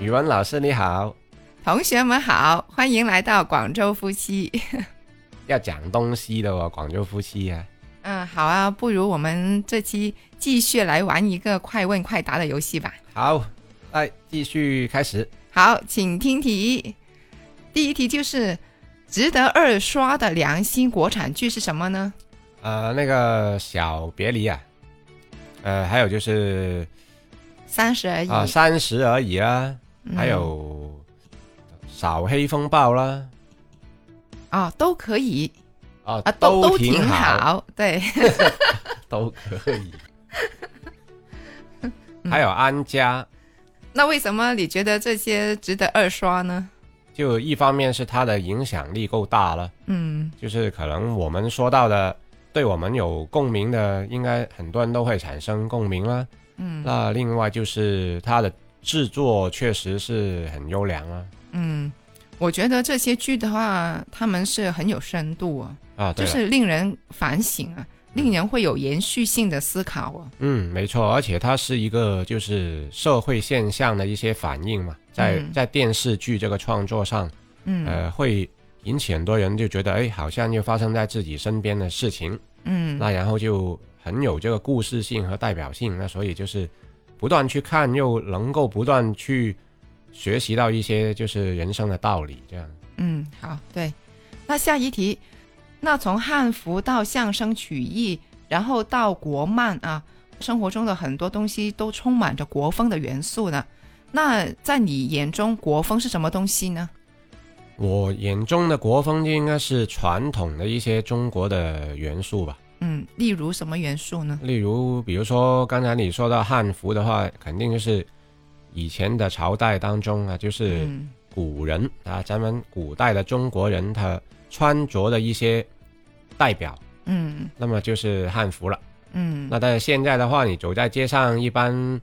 语文老师你好，同学们好，欢迎来到广州夫妻。要讲东西的哦，广州夫妻啊，嗯，好啊，不如我们这期继续来玩一个快问快答的游戏吧。好，来继续开始。好，请听题。第一题就是值得二刷的良心国产剧是什么呢？呃，那个小别离啊，呃，还有就是三十而已。啊，三十而已啊，哎嗯还有扫黑风暴啦，哦，都可以啊，啊，都都挺挺好，好。对， 都可以。还有安家，那为什么你觉得这些值得二刷呢？就一方面是它的影响力够大了。嗯就是可能我们说到的，对我们有共鸣的，应该很多人都会产生共鸣啦。嗯那另外就是它的制作确实是很优良啊。嗯，我觉得这些剧的话，他们是很有深度啊。啊，嗯对就了，是令人反省啊，令人会有延续性的思考啊。嗯，没错，而且它是一个就是社会现象的一些反应嘛，在、嗯在电视剧这个创作上，嗯、呃，会引起很多人就觉得，哎，好像又发生在自己身边的事情，嗯那然后就很有这个故事性和代表性，那所以就是不断去看，又能够不断去学习到一些就是人生的道理，这样。嗯，好，对。那下一题，那从汉服到相声曲艺，然后到国漫啊，生活中的很多东西都充满着国风的元素呢。那在你眼中，国风是什么东西呢？我眼中的国风就应该是传统的一些中国的元素吧，嗯，例如什么元素呢？例如，比如说刚才你说到汉服的话，肯定就是以前的朝代当中啊，就是嗯古人、啊，咱们古代的中国人他穿着的一些代表，嗯那么就是汉服了。嗯那但是现在的话，你走在街上，一般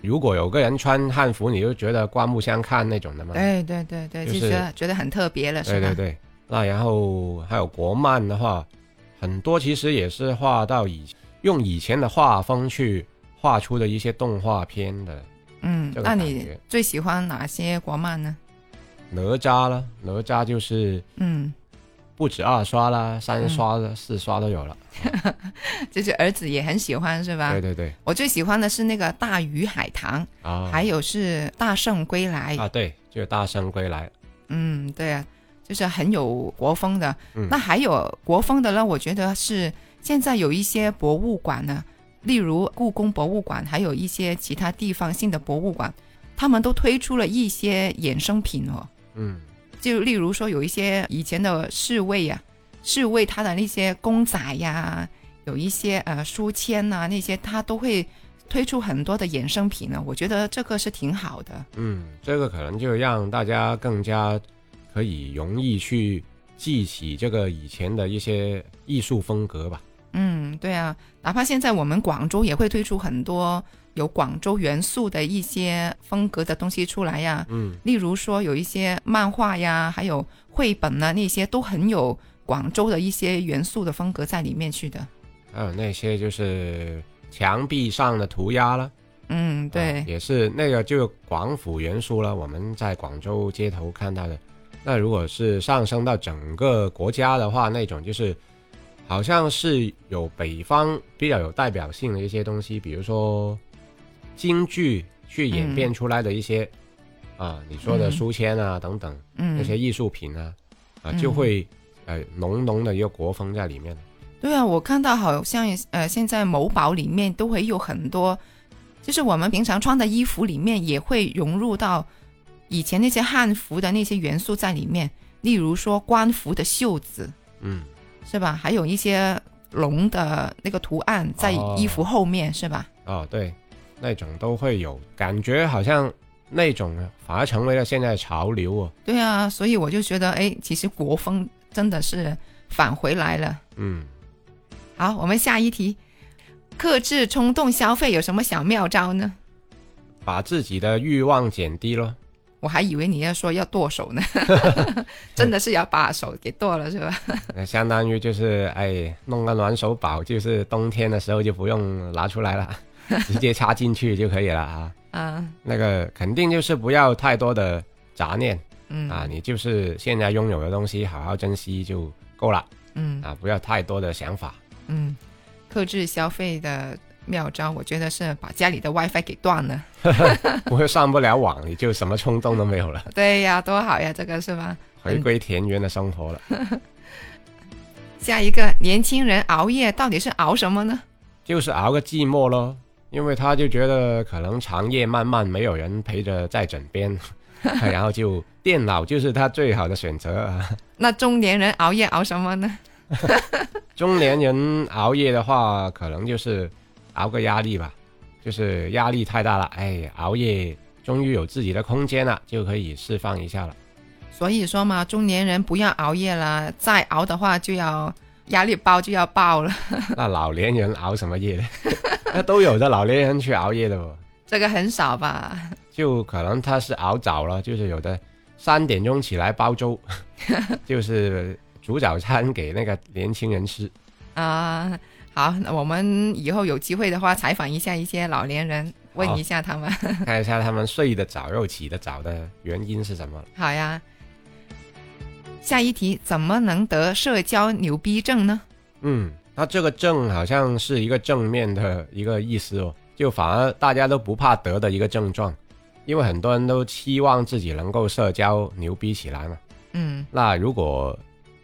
如果有个人穿汉服，你就觉得刮目相看那种的嘛。对对对对，就就是觉得觉得很特别了，对哎是吧？对对那然后还有国漫的话，很多其实也是画到以用以前的画风去画出的一些动画片的嗯这，个那感你觉最喜欢哪些国漫呢？哪吒啦，哪吒就是嗯，不止二刷啦，三刷啦、四刷都有了。就是儿子也很喜欢，是吧？对对对，我最喜欢的是那个《大鱼海棠》，啊，还有是《大圣归来》啊对，就是大圣归来，嗯，对啊，就是很有国风的。嗯那还有国风的呢，我觉得是现在有一些博物馆呢，例如故宫博物馆，还有一些其他地方性的博物馆，他们都推出了一些衍生品哦。嗯就例如说有一些以前的侍卫呀、侍卫他的那些公仔呀、有一些呃书签呐、那些，他都会推出很多的衍生品呢。我觉得这个是挺好的。嗯，这个可能就让大家更加可以容易去记起这个以前的一些艺术风格吧。嗯，对啊，哪怕现在我们广州也会推出很多有广州元素的一些风格的东西出来呀、嗯，例如说有一些漫画呀，还有绘本呐、那些都很有广州的一些元素的风格在里面去的。还有啊那些就是墙壁上的涂鸦啦，嗯，对。啊也是那个就广府元素了。我们在广州街头看到的，那如果是上升到整个国家的话，那种就是好像是有北方比较有代表性的一些东西，比如说京剧去演变出来的一些、啊，你说的嗯书签啊、等等嗯，那些艺术品啊，啊嗯就会呃浓浓的一个国风在里面。对啊，我看到好像呃，现在某宝里面都会有很多，就是我们平常穿的衣服里面也会融入到以前那些汉服的那些元素在里面，例如说官服的袖子嗯，是吧？还有一些龙的那个图案在哦衣服后面、是吧？哦，对，那种都会有感觉，好像那种反而成为了现在的潮流哦。对啊，所以我就觉得，哎，其实国风真的是返回来了。嗯，好，我们下一题，克制冲动消费有什么小妙招呢？把自己的欲望减低咯。 我还以为你要说要剁手呢，真的是要把手给剁了是吧？那相 当于就是哎，弄个暖手宝，就是冬天的时候就不用拿出来了。直接插进去就可以了啊。啊，那个肯定就是不要太多的杂念嗯啊，你就是现在拥有的东西好好珍惜就够了嗯啊，不要太多的想法。嗯，克制消费的妙招，我觉得是把家里的 WiFi 给断了。不会上不了网，你就什么冲动都没有 了，对呀，多好呀，这个是吧？回归田园的生活了。下一个，年轻人熬夜到底是熬什么呢？就是熬个寂寞咯，因为他就觉得可能长夜漫漫，没有人陪着在枕边，然后就电脑就是他最好的选择啊。 那中年人熬夜熬什么呢？中年人熬夜的话，可能就是熬个压力吧，就是压力太大了，哎，熬夜终于有自己的空间了，就可以释放一下了。所以说嘛，中年人不要熬夜了，再熬的话就要压力包就要爆了，那老年人熬什么夜呢？ 那都有的老年人去熬夜的哦。这个很少吧？就可能他是熬早了，就是有的三点钟起来煲粥，就是煮早餐给那个年轻人吃。啊、好，那我们以后有机会的话，采访一下一些老年人，问一下他们。 看一下他们睡得早又起得早的原因是什么。好呀。下一题，怎么能得社交牛逼症呢？嗯，那这个症好像是一个正面的一个意思哦，就反而大家都不怕得的一个症状，因为很多人都期望自己能够社交牛逼起来嘛。嗯那如果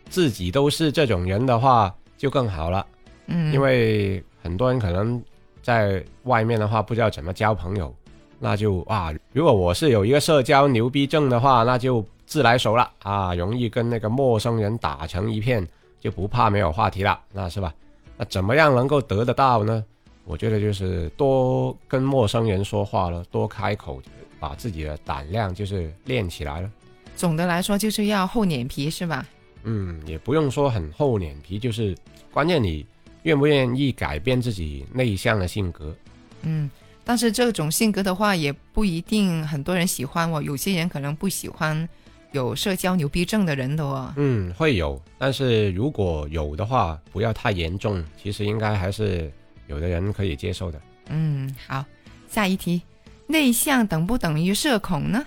自己都是这种人的话，就更好了。嗯，因为很多人可能在外面的话不知道怎么交朋友，那就啊，如果我是有一个社交牛逼症的话，那就自来熟了啊，容易跟那个陌生人打成一片，就不怕没有话题了，那是吧？那怎么样能够得得到呢？我觉得就是多跟陌生人说话了，多开口，把自己的胆量就是练起来了。总的来说就是要厚脸皮，是吧？嗯，也不用说很厚脸皮，就是关键你愿不愿意改变自己内向的性格。嗯，但是这种性格的话，也不一定很多人喜欢我，有些人可能不喜欢有社交牛逼症的人的哦。嗯，会有，但是如果有的话，不要太严重，其实应该还是有的人可以接受的。嗯，好，下一题，内向等不等于社恐呢？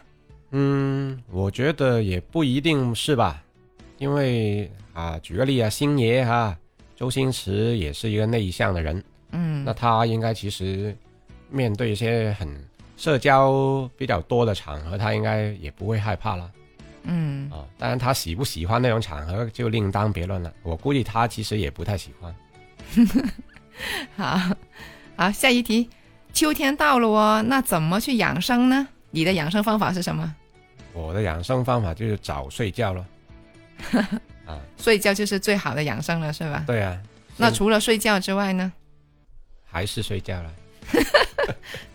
嗯，我觉得也不一定是吧，因为啊，举个例啊，星爷哈、周星驰也是一个内向的人，嗯，那他应该其实面对一些很社交比较多的场合，他应该也不会害怕啦。嗯啊、当然他喜不喜欢那种场合就另当别论了。我估计他其实也不太喜欢。好，啊 好，下一题，秋天到了哦，那怎么去养生呢？你的养生方法是什么？我的养生方法就是早睡觉了。啊，睡觉就是最好的养生了，是吧？对啊，那是除了睡觉之外呢？还是睡觉了。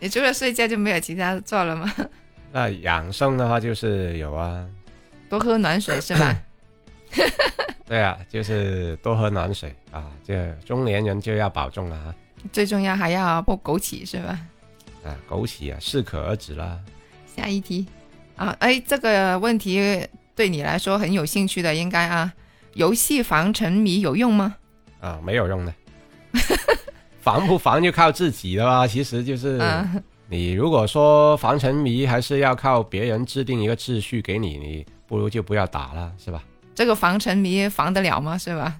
你除了睡觉就没有其他做了吗？那养生的话就是有啊，多喝暖水是吧？对啊，就是多喝暖水啊。这中年人就要保重了啊。最重要还要不枸杞是吧？啊，枸杞啊，适可而止啦。下一题啊，哎，这个问题对你来说很有兴趣的，应该啊，游戏防沉迷有用吗？啊，没有用 的。防不防就靠自己的啦。其实就是啊，你如果说防沉迷还是要靠别人制定一个秩序给你，你不如就不要打了，是吧？这个防沉迷防得了吗？是吧？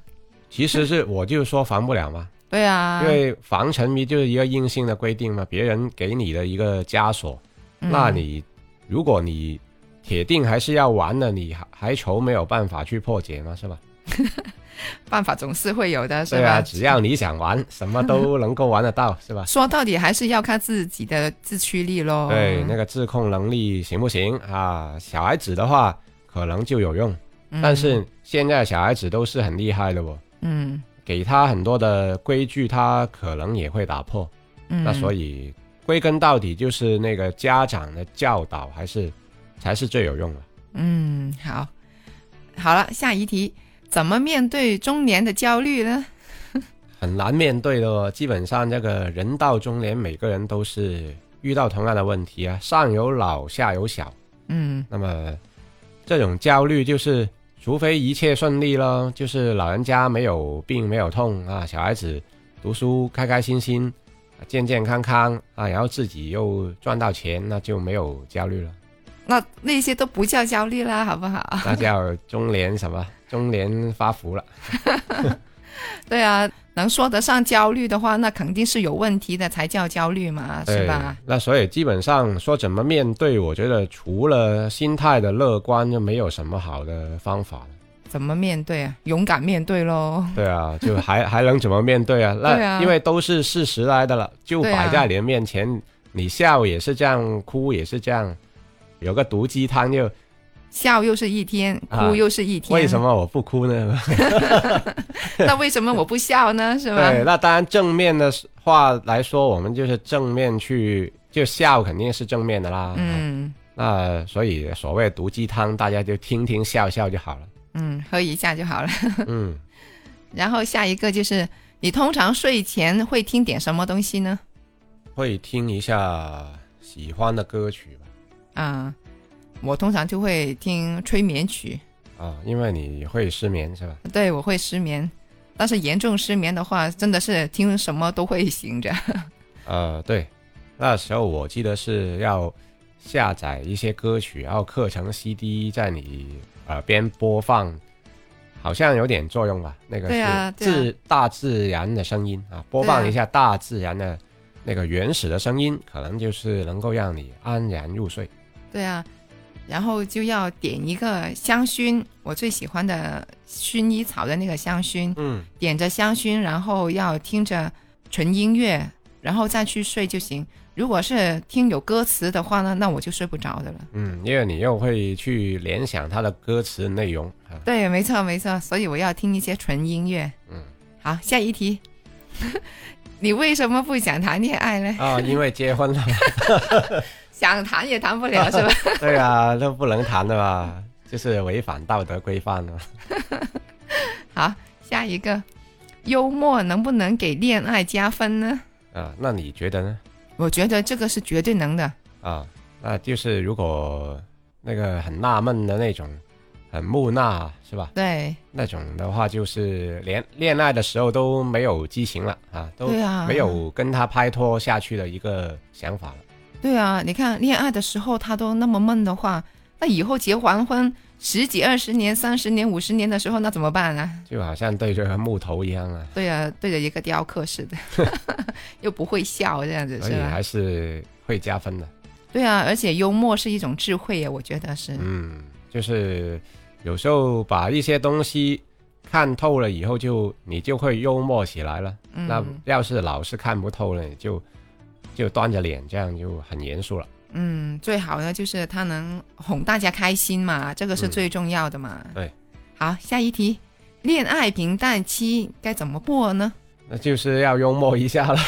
其实是我就说防不了嘛，对啊，因为防沉迷就是一个硬性的规定嘛，别人给你的一个枷锁。嗯那你如果你铁定还是要玩的，你还还愁没有办法去破解吗？是吧？办法总是会有的，是对啊，吧？只要你想玩，什么都能够玩得到，是吧？说到底还是要看自己的自驱力咯。对，哎那个自控能力行不行啊？小孩子的话可能就有用，嗯但是现在小孩子都是很厉害的哦，嗯给他很多的规矩，他可能也会打破。嗯，那所以以归根到底就是那个家长的教导还是才是最有用的。嗯好，好了，下一题，怎么面对中年的焦虑呢？很难面对的哦，基本上这个人到中年，每个人都是遇到同样的问题啊，上有老，下有小。嗯那么这种焦虑就是，除非一切顺利了，就是老人家没有病没有痛啊，小孩子读书开开心心，健健康康啊，然后自己又赚到钱，那就没有焦虑了。那那些都不叫焦虑啦，好不好？ 那叫中年什么？中年发福了。对啊，能说得上焦虑的话，那肯定是有问题的才叫焦虑嘛，啊是吧？对？那所以基本上说怎么面对，我觉得除了心态的乐观，就没有什么好的方法了。怎么面对啊？勇敢面对喽。对 啊，就还还能怎么面对啊？那对啊因为都是事实来的了，就对啊摆在你的面前，你笑也是这样，哭也是这样，有个毒鸡汤就笑又是一天，啊哭又是一天，为什？么我不哭呢？ 那为什么我不笑呢？是吧？ 对，那当然正面的话来说，我们就是正面去，就笑肯定是正面的啦。嗯那所以所谓毒鸡汤，大家就听听笑笑就好 了。嗯，喝一下就好了。嗯，然后下一个就是，你通常睡前会听点什么东西呢？会听一下喜欢的歌曲吧。啊，我通常就会听催眠曲，啊，因为你会失眠是吧？对我会失眠，但是严重失眠的话，真的是听什么都会醒着。 呃，对，那时候我记得是要下载一些歌曲，然后刻成 CD 在你耳边播放，好像有点作用吧？那个对是啊对啊自、大自然的声音啊，播放一下大自然的那个原始的声音，可能就是能够让你安然入睡。对啊，然后就要点一个香薰，我最喜欢的薰衣草的那个香薰，嗯，点着香薰，然后要听着纯音乐，然后再去睡就行。如果是听有歌词的话呢，那我就睡不着的了。嗯，因为你又会去联想它的歌词内容 啊。对，没错没错，所以我要听一些纯音乐。嗯，好，下一题， 你为什么不想谈恋爱呢？啊，因为结 婚了，想谈也谈不了，是吧？ 对啊，那不能谈的嘛，就是违反道德规范了。好，下一个，幽默能不能给恋爱加分呢？啊，那你觉得呢？我觉得这个是绝对能的。啊，那就是如果那个很纳闷的那种，很木讷是吧？对，那种的话，就是连恋爱的时候都没有激情了啊，都对啊，没有跟他拍拖下去的一个想法了。对啊，你看恋爱的时候他都那么闷的话，那以后结完婚十几、二十年、三十年、五十年的时候，那怎么办啊？就好像对着木头一样啊，对啊，对着一个雕刻似的， 又不会笑这样子所是啊以吧？还是会加分的。对啊，而且幽默是一种智慧呀，我觉得是。嗯，就是有时候把一些东西看透了以后就，你就会幽默起来了。嗯，那要是老是看不透了，你就就端着脸，这样就很严肃了。嗯，最好呢就是他能哄大家开心嘛，这个是嗯最重要的嘛。对，好，下一题，恋爱平淡期该怎么过呢？那就是要幽默一下了，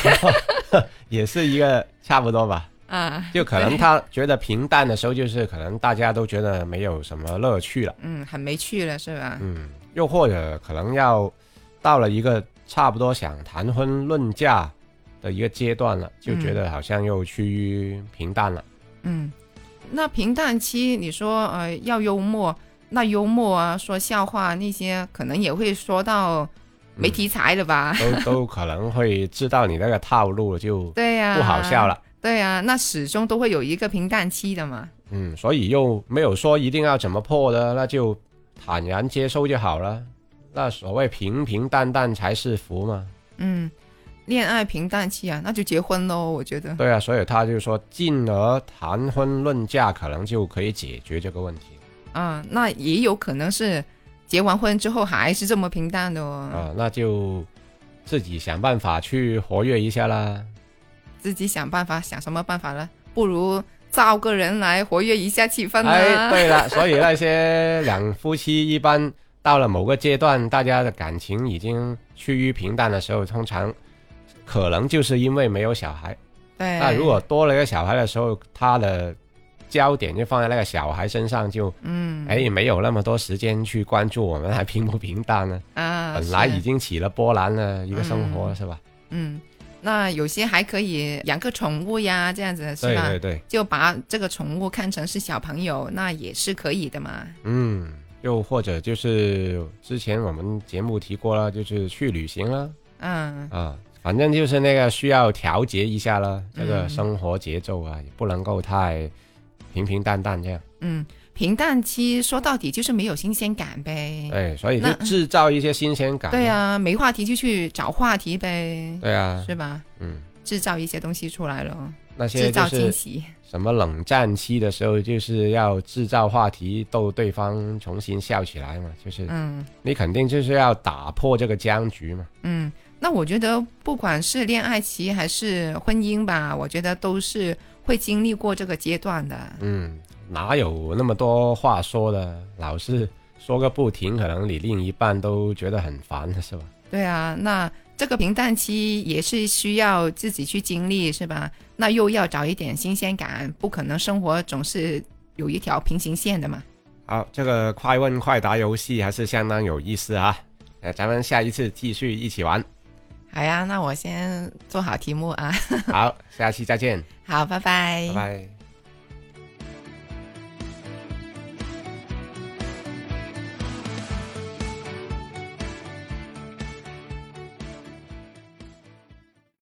也是一个差不多吧。啊，就可能他觉得平淡的时候，就是可能大家都觉得没有什么乐趣了， 嗯，很没趣了是吧？嗯，又或者可能要到了一个差不多想谈婚论嫁的一个阶段了，就觉得好像又趋于平淡了。嗯，那平淡期你说呃要幽默，那幽默啊说笑话那些可能也会说到没题材了吧？嗯都都可能会知道你那个套路就对嗯呀、不好笑了。。对呀、那始终都会有一个平淡期的嘛。嗯，所以又没有说一定要怎么破的，那就坦然接受就好了。那所谓平平淡淡才是福嘛。嗯，恋爱平淡期啊，那就结婚喽，我觉得。对啊，所以他就说，进而谈婚论嫁，可能就可以解决这个问题啊、那也有可能是结完婚之后还是这么平淡的哦，啊、那就自己想办法去活跃一下啦。自己想办法，想什么办法呢？不如造个人来活跃一下气氛啊。哎，对了， 所以那些两夫妻一般到了某个阶段，大家的感情已经趋于平淡的时候，通常可能就是因为没有小孩。对那如果多了一个小孩的时候，他的焦点就放在那个小孩身上就，嗯哎没有那么多时间去关注我们还平不平淡呢？啊，本来是已经起了波澜了，一个生活、是吧？嗯，那有些还可以养个宠物呀，这样子是对吧？对对，就把这个宠物看成是小朋友，那也是可以的嘛。嗯，又或者就是之前我们节目提过了，就是去旅行啦，嗯，啊，反正就是那个需要调节一下了，这个嗯生活节奏啊，也不能够太平平淡淡这样。嗯，平淡期说到底就是没有新鲜感呗。对，哎所以就哎那制造一些新鲜感。对，啊，没话题就去找话题呗，对啊，是吧？嗯，制造一些东西出来了，那制些就造惊是喜。什么冷战期的时候，就是要制造话题，逗对方重新笑起来嘛，就是嗯你肯定就是要打破这个僵局嘛。嗯，那我觉得不管是恋爱期还是婚姻吧，我觉得都是会经历过这个阶段的。嗯，哪有那么多话说的？老是说个不停，可能你另一半都觉得很烦了，是吧？对啊，那这个平淡期也是需要自己去经历，是吧？那又要找一点新鲜感，不可能生活总是有一条平行线的嘛。好，这个快问快答游戏还是相当有意思啊！呃，咱们下一次继续一起玩。好呀，那我先做好题目啊。 好，下期再见，好，拜拜拜拜。